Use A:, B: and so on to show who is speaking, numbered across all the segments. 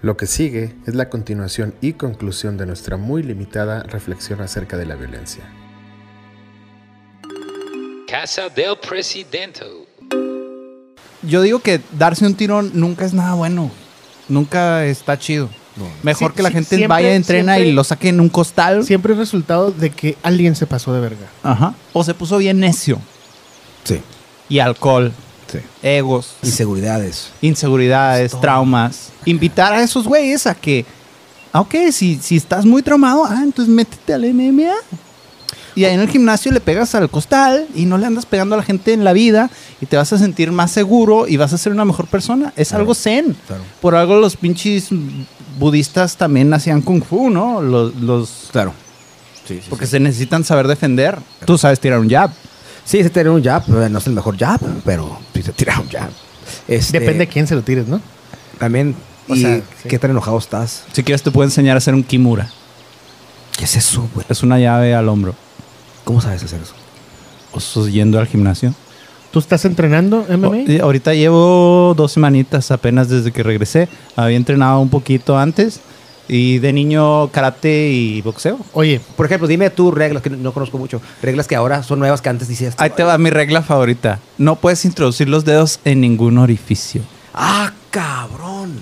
A: Lo que sigue es la continuación y conclusión de nuestra muy limitada reflexión acerca de la violencia.
B: Casa del Presidente.
C: Yo digo que darse un tirón nunca es nada bueno. Nunca está chido. Mejor
D: Sí,
C: que la
D: sí,
C: gente
D: siempre-
C: vaya, entrena
D: siempre-
C: y lo saque en un costal.
D: Siempre es resultado de que alguien se pasó de verga.
C: Ajá. O se puso bien necio.
E: Sí,
C: Y alcohol,
E: sí.
C: egos,
E: Inseguridades.
C: inseguridades, traumas. Invitar a esos güeyes a que, ah, ok, si, si estás muy traumado, ah, entonces métete al MMA. Y ahí en el gimnasio le pegas al costal y no le andas pegando a la gente en la vida y te vas a sentir más seguro y vas a ser una mejor persona. Es
E: Claro,
C: algo zen.
E: claro.
C: Por algo los pinches budistas también hacían kung fu, ¿no? Los, los-
E: Claro. Sí, sí.
C: porque se necesitan saber defender. Tú sabes tirar un jab.
E: Sí, se tira un jab, eh, no es el mejor jab, pero sí se tira un jab. Este,
D: Depende de quién se lo tires, ¿no?
E: También,
D: O
E: y
D: sea,
E: qué tan enojado estás.
C: Si quieres te puedo enseñar a hacer un kimura.
E: ¿Qué es eso, güey?
C: Es una llave al hombro.
E: ¿Cómo sabes hacer eso?
C: O sos yendo al gimnasio.
D: ¿Tú estás entrenando MMA?
C: O- ahorita llevo dos semanitas apenas desde que regresé. Había entrenado un poquito antes. Y de niño karate y boxeo.
D: Oye,
E: Por ejemplo, dime tú reglas que no, no conozco mucho. Reglas que ahora son nuevas que antes decías.
C: Ahí te va mi regla favorita. No puedes introducir los dedos en ningún orificio.
E: ¡Ah, cabrón!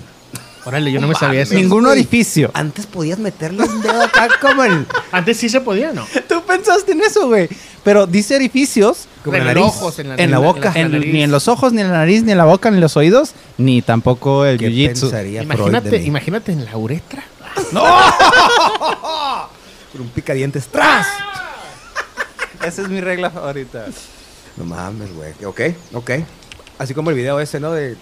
D: órale, yo no me sabía eso.
C: Ningún
E: güey.
C: orificio.
E: Antes podías meterle un dedo acá como en,
D: Antes sí se podía, ¿no?
C: Tú pensaste en eso, güey. Pero dice orificios
E: como
D: En
E: en la
D: el
E: nariz.
D: ojos, en la-
C: en la boca.
D: en la
C: En-
D: nariz.
C: ni en los ojos, ni en la nariz, ni en la boca, ni en los oídos, ni tampoco el
E: ¿Qué
C: jiu-jitsu.
E: pensaría Freud de
D: Imagínate,
E: mí?
D: imagínate en la uretra.
E: Con un picadientes. ¡Tras!
C: Esa es mi regla favorita.
E: No mames, güey. Ok, ok. Así como el video ese, ¿no? De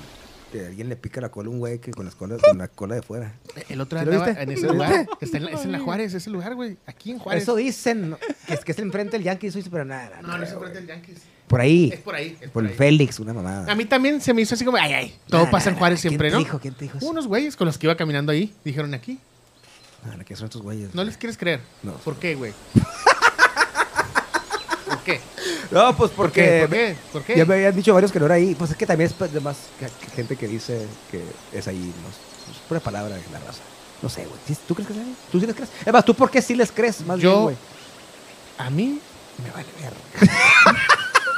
E: que alguien le pica la cola a un güey que con, las colas, con la cola de fuera.
D: El otro
E: ¿Sí lo
D: andaba
E: viste?
D: en ese
E: ¿Lo
D: lugar.
E: viste?
D: Está en la, es en la Juárez, ese lugar, güey. Aquí en Juárez.
E: Eso dicen, ¿no? que es que es enfrente del Yankee, soy pero nada.
D: no, no es
E: creo,
D: enfrente del
E: güey.
D: Yankees.
E: Por
D: Es
E: ahí.
D: por ahí. es por
E: Por el
D: ahí. Ah,
E: Félix, una mamada.
D: A mí también se me hizo así como, ay, ay. Todo
E: Nah,
D: pasa
E: nah,
D: en Juárez
E: nah,
D: siempre,
E: ¿quién
D: ¿no?
E: te dijo? ¿Quién te dijo eso?
D: Unos güeyes con los que iba caminando ahí dijeron aquí.
E: Ah, ¿Qué son estos güeyes?
D: No les quieres creer.
E: No.
D: ¿Por qué, güey? ¿Por qué?
E: No, pues
D: ¿Por qué? ¿Por qué? ¿Por qué?
E: Ya me habían dicho varios que no era ahí. Pues es que también es pues, de más ca- que gente que dice que es ahí. No, sé. es pura palabra de la raza. No sé, güey. ¿Sí- ¿Tú crees que es ahí? ¿Tú sí les crees? Es más, ¿tú por qué sí les crees? Más
D: Yo-
E: bien, güey.
D: A mí me vale ver.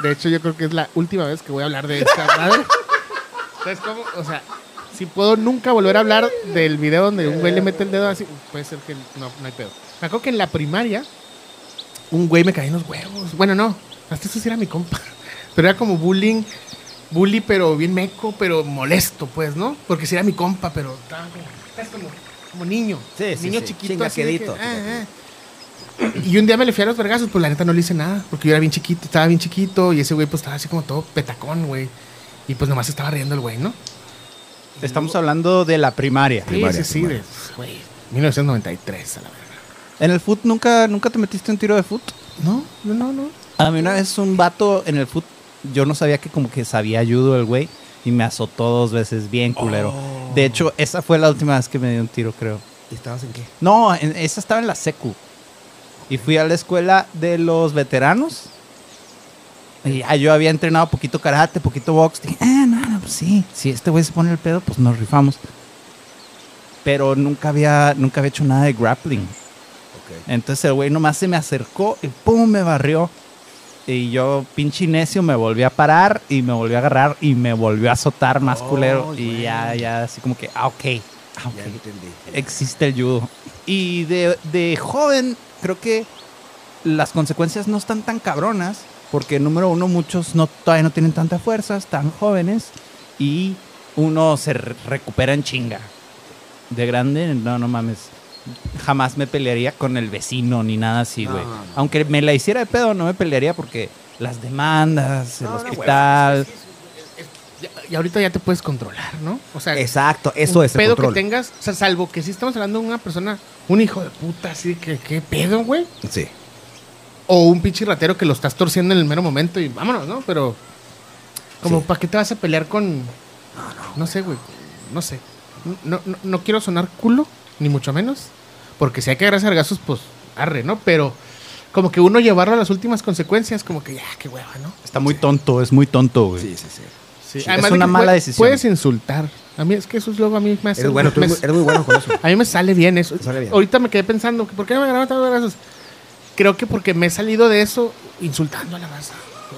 D: De hecho, yo creo que es la última vez que voy a hablar de esta madre. ¿Sabes cómo? O sea, si puedo nunca volver a hablar del video donde un güey le mete el dedo así, puede ser que no, no hay pedo. Me acuerdo que en la primaria, un güey me caía en los huevos. Bueno, no, hasta eso sí era mi compa. Pero era como bullying, bully, pero bien meco, pero molesto, pues, ¿no? Porque sí era mi compa, pero estaba como, ¿sabes? como, como niño.
E: Sí, sí,
D: niño
E: sí.
D: chiquito. así de que,
E: Chingaquedito,
D: ah,
E: chingaquedito.
D: ah. Y un día me le fui a los vergazos, pues la neta no le hice nada, porque yo era bien chiquito, estaba bien chiquito, y ese güey pues estaba así como todo petacón, güey. Y pues nomás estaba riendo el güey, ¿no?
C: Estamos hablando de la primaria.
E: Primaria,
D: sí, sí, sí,
E: primaria.
D: de- güey, 1993, a la verdad.
C: ¿En el foot nunca, nunca te metiste un tiro de foot?
D: No, no, no, no.
C: A mí una vez un vato en el foot, yo no sabía que como que sabía judo el güey y me azotó dos veces bien culero. De hecho, esa fue la última vez que me dio un tiro, creo.
E: ¿Y estabas en qué?
C: No, en- esa estaba en la secu. Y fui a la escuela de los veteranos. Y ya yo había entrenado poquito karate, poquito box. Dije, ah, no, no, pues sí. Si este güey se pone el pedo, pues nos rifamos. Pero nunca había, nunca había hecho nada de grappling.
E: Ok.
C: Entonces el güey nomás se me acercó y pum, me barrió. Y yo, pinche necio, me volví a parar y me volví a agarrar y me volvió a azotar más
E: Oh,
C: culero. Y
E: güey.
C: ya, ya, así como que, ah, ok. Ah,
E: Ya
C: ok
E: entendí.
C: existe el judo. Y de, de joven, creo que las consecuencias no están tan cabronas, porque número uno, muchos no, todavía no tienen tanta fuerza, están jóvenes, y uno se re- recupera en chinga. De grande, no, no mames. Jamás me pelearía con el vecino ni nada así,
E: No,
C: güey.
E: no, no.
C: Aunque me la hiciera de pedo, no me pelearía porque las demandas, el
E: No, no, güey.
C: hospital.
D: Ya- y ahorita ya te puedes controlar, ¿no? O sea,
E: Exacto, eso
D: un
E: es el
D: pedo
E: control.
D: que tengas, o sea, salvo que si estamos hablando de una persona, un hijo de puta, así de que, ¿qué pedo, güey?
E: Sí.
D: O un pinche ratero que lo estás torciendo en el mero momento y vámonos, ¿no? Pero, como,
E: Sí.
D: ¿para qué te vas a pelear con.? No sé, güey. No sé. No, no, no quiero sonar culo, ni mucho menos. Porque si hay que agarrar sargazos, pues arre, ¿no? Pero, como que uno llevarlo a las últimas consecuencias, como que ya, qué hueva, ¿no?
C: Está muy tonto, es muy tonto, güey.
E: Sí, sí, sí.
D: Sí,
C: es una
D: que
C: mala
D: pue-
C: decisión.
D: Puedes insultar, A mí es que esos luego a mí me
E: Eres
D: hacen-
E: bueno, tú
D: me-
E: eres muy- eres muy bueno con eso.
D: A mí me sale bien eso.
E: Sale bien.
D: Ahorita me quedé pensando, ¿por qué no me grabaron tantas gracias? Creo que porque me he salido de eso insultando a la raza.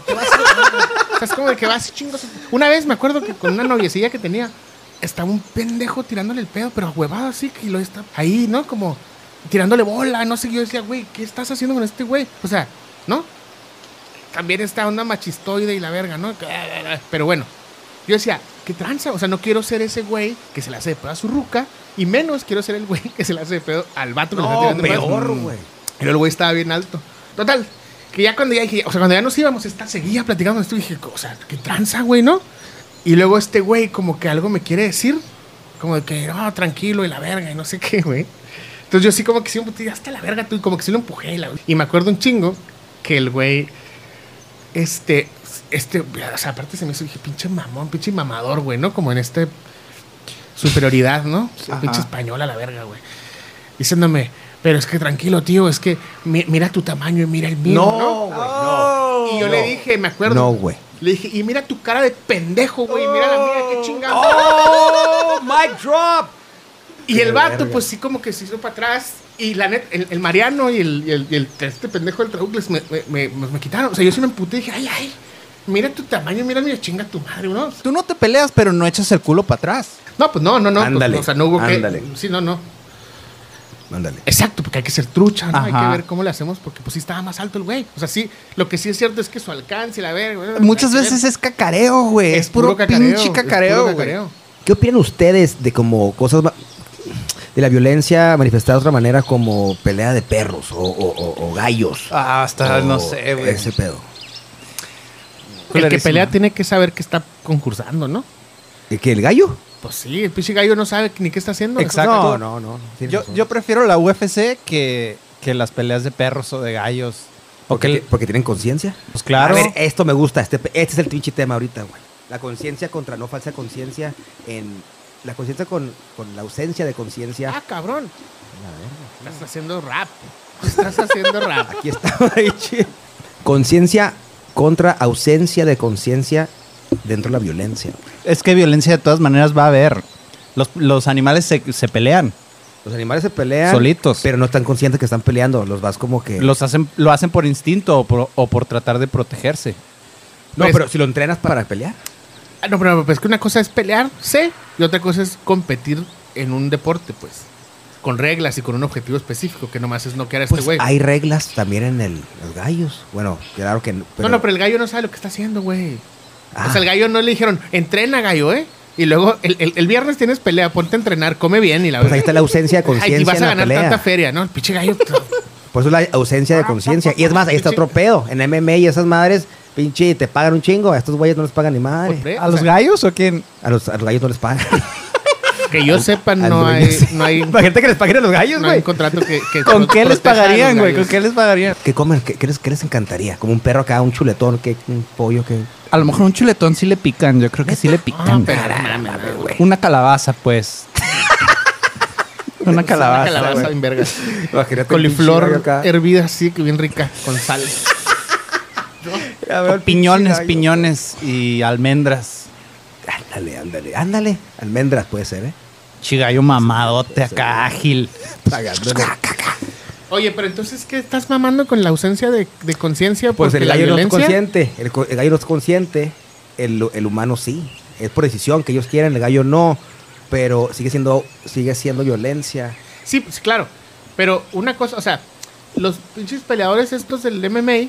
D: ¿Qué vas a hacer? O sea, es como de que vas y chingos. Una vez me acuerdo que con una noviecilla que tenía, estaba un pendejo tirándole el pedo, pero a huevado así, que lo está ahí, ¿no? Como tirándole bola, no sé. Yo decía, güey, ¿qué estás haciendo con este güey? O sea, ¿no? También está onda machistoide y la verga, ¿no? Pero bueno, yo decía, ¿qué tranza? O sea, no quiero ser ese güey que se la hace de pedo a su ruca, y menos quiero ser el güey que se la hace de pedo al vato que le está
E: No,
D: tirando el pedo.
E: peor, güey.
D: Y luego el güey estaba bien alto. Total, que ya cuando ya dije, o sea, cuando ya nos íbamos, esta seguía platicando esto y dije, o sea, qué tranza, güey, ¿no? Y luego este güey como que algo me quiere decir, como de que, no, tranquilo y la verga y no sé qué, güey. Entonces yo sí como que sí, un ya hasta la verga tú, y como que sí lo empujé. y La... Y me acuerdo un chingo que el güey, este, este, o sea, aparte se me hizo, dije, pinche mamón, pinche mamador, güey, ¿no? Como en este superioridad, ¿no?
C: Ajá.
D: Pinche española la verga, güey. Diciéndome, pero es que tranquilo, tío, es que mi- mira tu tamaño y mira el mío,
E: No, güey, no.
D: Y yo le dije, me acuerdo.
E: No, güey.
D: Le dije, y mira tu cara de pendejo, güey. Mira la mía, qué chingada.
E: ¡Oh! ¡Mic drop!
D: Y el
E: Qué
D: vato,
E: verga.
D: pues sí, como que se hizo para atrás. Y la net, el, el Mariano y el, y el- y el- este pendejo del Traucles me, me, me, me- me quitaron. O sea, yo sí me emputé y dije, ay, ay, mira tu tamaño, mira, mira, chinga tu madre, ¿no?
C: Tú no te peleas, pero no echas el culo para atrás.
D: No, pues no, no, no. pues,
E: Ándale,
D: o sea, no hubo
E: ándale.
D: que. Sí, no, no.
E: Mándale.
D: Exacto, porque hay que ser trucha, ¿no? Hay
C: Ajá.
D: que ver cómo le hacemos, porque pues sí estaba más alto el güey. O sea, sí, lo que sí es cierto es que su alcance, y la verga.
C: Muchas veces es cacareo, güey. Es, puro, pinche
D: es
C: cacareo,
D: puro
C: güey.
D: cacareo.
E: ¿Qué opinan ustedes de como cosas ma- de la violencia manifestada de otra manera como pelea de perros o, o- o- o gallos?
C: Ah, hasta
E: O
C: no sé, güey.
E: Ese pedo.
D: El que
C: Clarísimo.
D: pelea tiene que saber que está concursando, ¿no?
E: ¿El qué? ¿El gallo?
D: Pues sí, el pinche gallo no sabe ni qué está haciendo.
C: Exacto.
E: No, no, no. tienes
C: Yo,
E: razón.
C: yo prefiero la UFC que, que las peleas de perros o de gallos. O
E: porque,
C: que-
E: ti- porque tienen conciencia.
C: pues claro.
E: A ver, esto me gusta. Este, pe- este es el pinche tema ahorita, güey. La conciencia contra no falsa conciencia en... La conciencia con, con la ausencia de
D: Ah,
E: conciencia.
D: cabrón. Estás haciendo rap. Estás haciendo rap.
E: Aquí está. ahí, chi- conciencia contra ausencia de conciencia dentro de la violencia. güey.
C: Es que violencia de todas maneras va a haber. Los, los animales se, se pelean.
E: Los animales se pelean.
C: Solitos.
E: Pero no están conscientes que están peleando. Los vas como que...
C: Los hacen, lo hacen por instinto o por, o por tratar de protegerse.
E: no,
D: Pues-
E: pero si lo entrenas para pelear.
D: Ah, No, pero pero es que una cosa es pelearse y otra cosa es competir en un deporte, pues. Con reglas y con un objetivo específico, que nomás es no a este
E: Pues
D: güey.
E: hay reglas también en el, los gallos. Bueno, claro que no.
D: no, no, pero el gallo no sabe lo que está haciendo, güey.
E: Ah.
D: O sea, el gallo no le dijeron, entrena gallo, ¿eh? Y luego el, el- el viernes tienes pelea, ponte a entrenar, come bien y la
E: Pues ahí
D: verdad.
E: está la ausencia de
D: y
E: conciencia
D: vas
E: en
D: a
E: la
D: ganar
E: pelea.
D: tanta Ah, feria, ¿no? El pinche gallo.
E: Por eso la ausencia de conciencia. Y es más, ahí está otro pedo. En MMA y esas madres, pinche, te pagan un chingo. A estos güeyes no les pagan ni madre.
D: Hombre.
C: ¿A
D: o
C: los
D: sea-
C: gallos ¿Eh? o quién?
E: A los, a los gallos no les pagan.
D: que yo sepa,
E: Al
D: no
E: dueño
D: hay,
E: sí.
D: no hay,
E: Imagínate que les paguen a los gallos,
D: no hay
E: güey.
D: un contrato que. que
C: ¿Con
D: pro-
C: qué les
D: proteja a los
C: pagarían, güey?
D: gallos.
C: ¿Con qué les pagarían?
E: ¿Qué comen? ¿Qué, qué les, qué les encantaría? Como un perro acá, un chuletón, que un pollo, que...
C: A lo mejor un chuletón sí le pican. Yo creo que sí le pican.
D: Ah, pero no mames, güey.
C: Una calabaza, pues. Una calabaza.
D: Una calabaza
C: güey.
D: bien verga.
E: Imagínate un pinche gallo
D: Coliflor
E: acá.
D: hervida así, que bien rica, con sal.
E: A ver,
C: O
E: el pinche
C: piñones,
E: gallo.
C: piñones y almendras.
E: Ándale, ándale, ándale. Almendras puede ser, ¿eh?
C: Chigallo mamadote acá, ágil.
E: Pagándole.
D: Oye, pero entonces, ¿qué estás mamando con la ausencia de, de conciencia?
E: Pues
D: Porque
E: el
D: la
E: gallo no es
D: violencia.
E: consciente. El, co- el gallo no es consciente. El, el humano sí. Es por decisión que ellos quieren, el gallo no. Pero sigue siendo, sigue siendo violencia.
D: Sí, pues, claro. Pero una cosa, o sea, los pinches peleadores estos del MMA,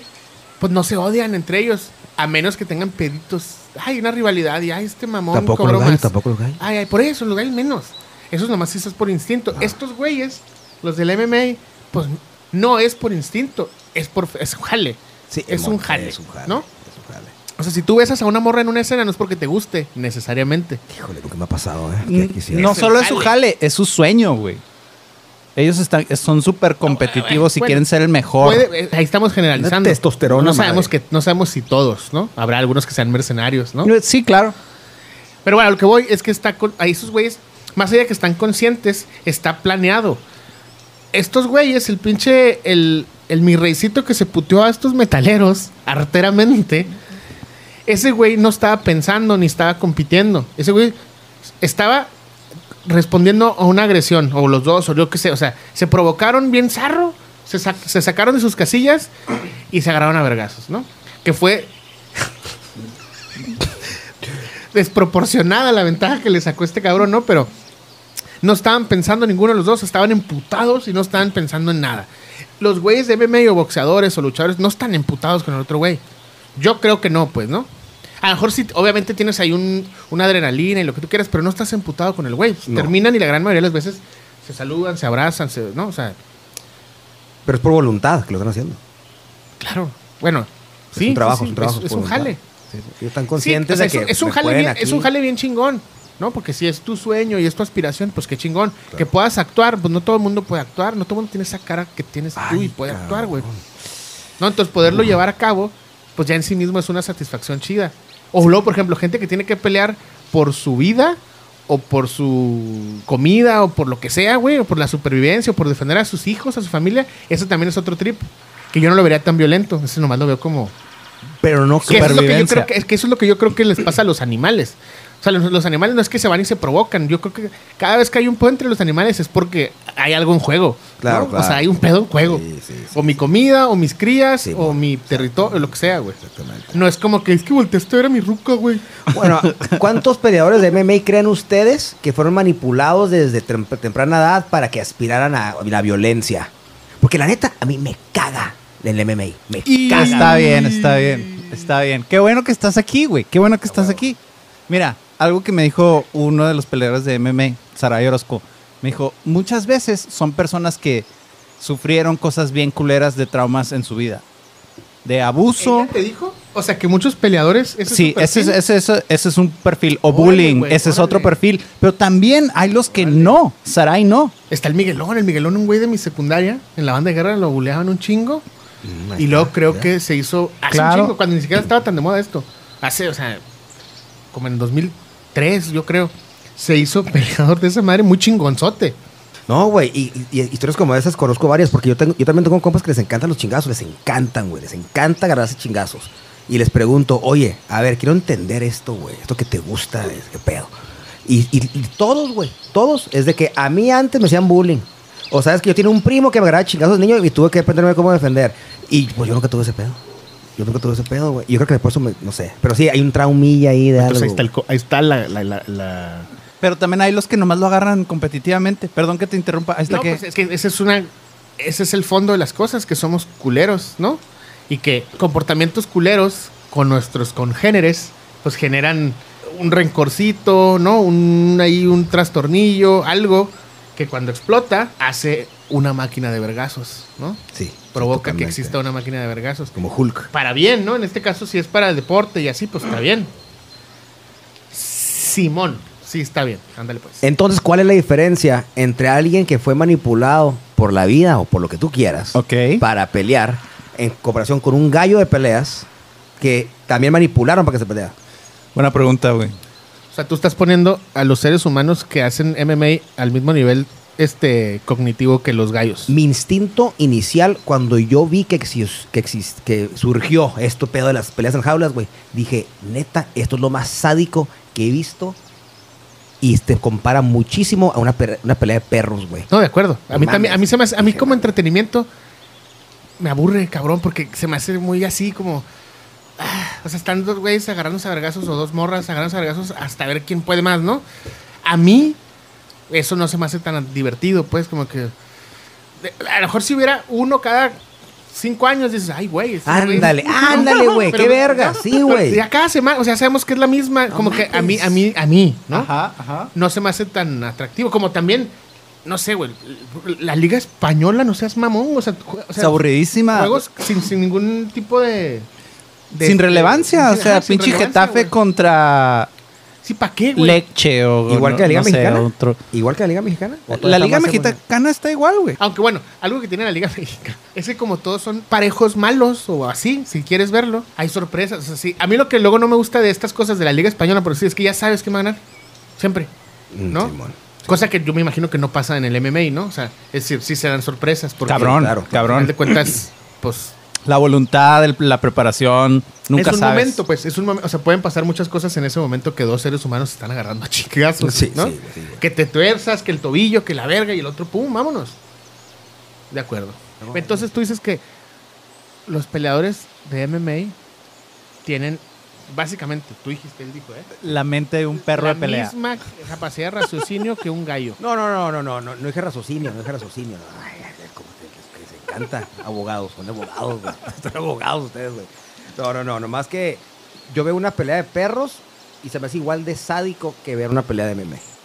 D: pues no se odian entre ellos, a menos que tengan peditos. Ay, una rivalidad y ay, este mamón
E: Tampoco
D: cobró
E: los gallos,
D: más.
E: tampoco los gallos.
D: Ay, ay, por eso, los gallos menos. Esos nomás eso es por
E: Ah.
D: instinto. Estos güeyes, los del MMA, pues no es por instinto, es por es un jale.
E: Sí,
D: es
E: mon-
D: un jale,
E: Es un jale.
D: ¿no?
E: Es un jale.
D: O sea, si tú besas a una morra en una escena, no es porque te guste, necesariamente.
E: Híjole, nunca me ha pasado, ¿eh?
C: Mm,
E: Que quisiera.
C: No
D: Es el
C: solo es su
D: jale.
C: jale, es su sueño, güey. Ellos están, son súper competitivos y
D: Bueno,
C: quieren ser el mejor.
D: Puede- eh, ahí estamos generalizando.
E: Una testosterona,
D: No sabemos,
E: madre.
D: que, no sabemos si todos, ¿no? Habrá algunos que sean mercenarios, ¿no?
C: Sí, claro.
D: Pero bueno, lo que voy es que está con, ahí esos güeyes, más allá de que están conscientes, está planeado. Estos güeyes, el pinche, el, el mi reycito que se puteó a estos metaleros arteramente, ese güey no estaba pensando ni estaba compitiendo. Ese güey estaba respondiendo a una agresión, o los dos, o yo qué sé, o sea, se provocaron bien zarro, se, sa- se sacaron de sus casillas y se agarraron a vergazos, ¿no? Que fue desproporcionada la ventaja que le sacó este cabrón, ¿no? Pero no estaban pensando ninguno de los dos, estaban emputados y no estaban pensando en nada. Los güeyes de MMA o boxeadores o luchadores no están emputados con el otro güey. Yo creo que no, pues, ¿no? A lo mejor sí, obviamente tienes ahí un, una adrenalina y lo que tú quieras, pero no estás emputado con el güey.
E: No.
D: Terminan y la gran mayoría de las veces se saludan, se abrazan, se- ¿no? O sea,
E: Pero es por voluntad que lo están haciendo.
D: claro. Bueno,
E: Es
D: sí.
E: un trabajo,
D: sí,
E: es
D: sí,
E: un trabajo.
D: es
E: por
D: un
E: voluntad.
D: jale.
E: Sí, sí. Ellos están
D: Sí,
E: conscientes
D: o sea,
E: de
D: es un-
E: que.
D: es un
E: me
D: jale
E: pueden
D: bien,
E: aquí.
D: es un jale bien chingón, ¿no? Porque si es tu sueño y es tu aspiración, pues qué chingón. Que puedas actuar, pues no todo el mundo puede actuar, no todo el mundo tiene esa cara que tienes tú
E: Ay,
D: y puede
E: cabrón. Mm.
D: actuar, güey. No, entonces poderlo llevar a cabo, pues ya en sí mismo es una satisfacción chida. O luego, por ejemplo, gente que tiene que pelear por su vida o por su comida o por lo que sea, güey, o por la supervivencia o por defender a sus hijos, a su familia, eso también es otro trip. Que yo no lo vería tan violento, ese nomás lo veo como
E: Pero no
D: que eso es lo que yo
C: Supervivencia.
D: creo que, es que eso es lo que yo creo que les pasa a los animales. O sea, los, los animales no es que se van y se provocan. Yo creo que cada vez que hay un pedo entre los animales es porque hay algo en juego.
E: Claro,
D: ¿no?
E: claro.
D: O sea, hay un pedo en juego.
E: Sí, sí, sí,
D: o mi comida, o mis crías,
E: Sí,
D: o
E: bueno,
D: mi territorio, lo que sea, güey.
E: Exactamente.
D: No es como que es que volteaste a ver a mi ruca, güey.
E: Bueno, ¿cuántos peleadores de MMA creen ustedes que fueron manipulados desde tem- temprana edad para que aspiraran a la violencia? Porque la neta, a mí me caga el MMA. Me
D: Y-
E: caga.
C: Está bien, está bien, está bien. Qué bueno que estás aquí, güey. Qué bueno que estás aquí. Mira, algo que me dijo uno de los peleadores de MMA, Saray Orozco, me dijo, muchas veces son personas que sufrieron cosas bien culeras de traumas en su vida. De abuso.
D: ¿Ella te dijo? O sea, que muchos peleadores. ese es
C: Sí,
D: su
C: ese
D: perfil.
C: es, ese, es- ese es un perfil. O
D: Órale,
C: bullying,
D: güey,
C: ese es otro
D: órale.
C: perfil. Pero también hay los que no. Saray no.
D: Está el Miguelón. El Miguelón, un güey de mi secundaria, en la banda de guerra lo buleaban un chingo.
E: Mm, ahí
D: Y luego
E: está,
D: creo
E: ya.
D: que se hizo hace
C: Claro.
D: un chingo, cuando ni siquiera estaba tan de moda esto. Hace, o sea, como en 2003, yo creo. Se hizo peleador de esa madre muy chingonzote.
E: No, güey, y, y- y historias como esas conozco varias, porque yo, tengo, yo también tengo compas que les encantan los chingazos, les encantan, güey, les encanta agarrarse chingazos. Y les pregunto, oye, a ver, quiero entender esto, güey, esto que te gusta, es- qué pedo. Y, y- y todos, güey, todos, es de que a mí antes me hacían bullying. O sabes que yo tenía un primo que me agarraba chingazos de niño y tuve que aprenderme cómo defender. Y pues yo nunca tuve ese pedo. Yo nunca tuve ese pedo, güey. Yo creo que después, me- no sé. Pero sí, hay un traumilla ahí de
D: Entonces
E: algo.
D: Pues ahí está, el co- ahí está la... la, la, la-
C: Pero también hay los que nomás lo agarran competitivamente. Perdón que te interrumpa. Ahí está
D: No,
C: que-
D: pues es que ese es una... Ese es el fondo de las cosas, que somos culeros, ¿no? Y que comportamientos culeros con nuestros congéneres, pues generan un rencorcito, ¿no? Un, ahí un trastornillo, algo que cuando explota hace una máquina de vergazos, ¿no?
E: Sí, sí,
D: provoca que
E: totalmente.
D: exista una máquina de vergazos.
E: Como Hulk.
D: Para bien, ¿no? En este caso, si es para el deporte y así, pues está bien. Simón, sí está bien. Ándale, pues.
E: Entonces, ¿cuál es la diferencia entre alguien que fue manipulado por la vida o por lo que tú quieras
C: Ok.
E: para pelear en comparación con un gallo de peleas que también manipularon para que se peleara?
C: Buena pregunta, güey.
D: O sea, tú estás poniendo a los seres humanos que hacen MMA al mismo nivel este cognitivo que los gallos.
E: Mi instinto inicial cuando yo vi que, exis- que, exis- que surgió esto pedo de las peleas en jaulas, güey, dije, neta, esto es lo más sádico que he visto y te compara muchísimo a una, per- una pelea de perros, güey.
D: No, de acuerdo. A
E: No
D: mí también,
E: mames.
D: a mí se me hace- a mí
E: Qué
D: como
E: mal.
D: entretenimiento me aburre, cabrón, porque se me hace muy así como ah, o sea, están dos güeyes agarrándose a vergazos o dos morras agarrándose a vergazos hasta ver quién puede más, ¿no? A mí eso no se me hace tan divertido, pues como que de- a lo mejor si hubiera uno cada cinco años dices, ay, güey. este güey-
E: Ándale, ándale, güey, qué
D: Pero-
E: verga,
D: no,
E: sí,
D: pero
E: güey.
D: Ya cada semana, o sea, sabemos que es la misma, como que a mí, a mí, a mí, ¿no?
C: Ajá, ajá.
D: no se me hace tan atractivo. Como también, no sé, güey, la liga española, no seas mamón. O sea, jue- o sea,
C: es aburridísima.
D: juegos sin, sin ningún tipo de. de-
C: sin
D: de-
C: relevancia.
D: sin-
C: o sea,
D: ajá, sin
C: pinche
D: relevancia,
C: Getafe
D: güey.
C: contra
D: Sí, ¿para qué, güey?
C: Leche o.
E: Igual
C: no-
E: que la Liga
C: no sé,
E: Mexicana.
C: otro-
E: Igual que la Liga Mexicana. ¿O
C: La
E: todavía
C: Liga
E: está más evolucionada?
C: Mexicana está igual, güey.
D: Aunque bueno, algo que tiene la Liga Mexicana es que como todos son parejos malos o así, si quieres verlo, hay sorpresas. O sea, sí, a mí lo que luego no me gusta de estas cosas de la Liga Española, por sí, es que ya sabes que va a ganar. Siempre.
E: Mm,
D: ¿no?
E: Simón.
D: Cosa que yo me imagino que no pasa en el MMA, ¿no? O sea, es decir, sí se dan sorpresas. Porque
C: Cabrón,
E: claro,
D: Al final
C: cabrón.
D: de cuentas, pues
C: La voluntad, el- la preparación, nunca
D: es un
C: sabes.
D: momento, pues, es un momento. O sea, pueden pasar muchas cosas en ese momento que dos seres humanos se están agarrando a chingazos,
E: Sí,
D: ¿no?
E: sí, güey, sí, güey.
D: que te tuerzas, que el tobillo, que la verga y el otro, pum, vámonos. De acuerdo. Entonces tú dices que los peleadores de MMA tienen, básicamente, tú dijiste, él dijo, ¿eh?
C: La mente de un perro
D: la
C: de pelea.
D: misma capacidad de raciocinio que un gallo.
E: No, no, no, no, no, no, no dije raciocinio, no dije raciocinio. No, Ay, ay, ay, como te- que, que se encanta. Abogados, son abogados, güey. Son abogados ustedes, güey. No, no, no, nomás que yo veo una pelea de perros y se me hace igual de sádico que ver una pelea de meme.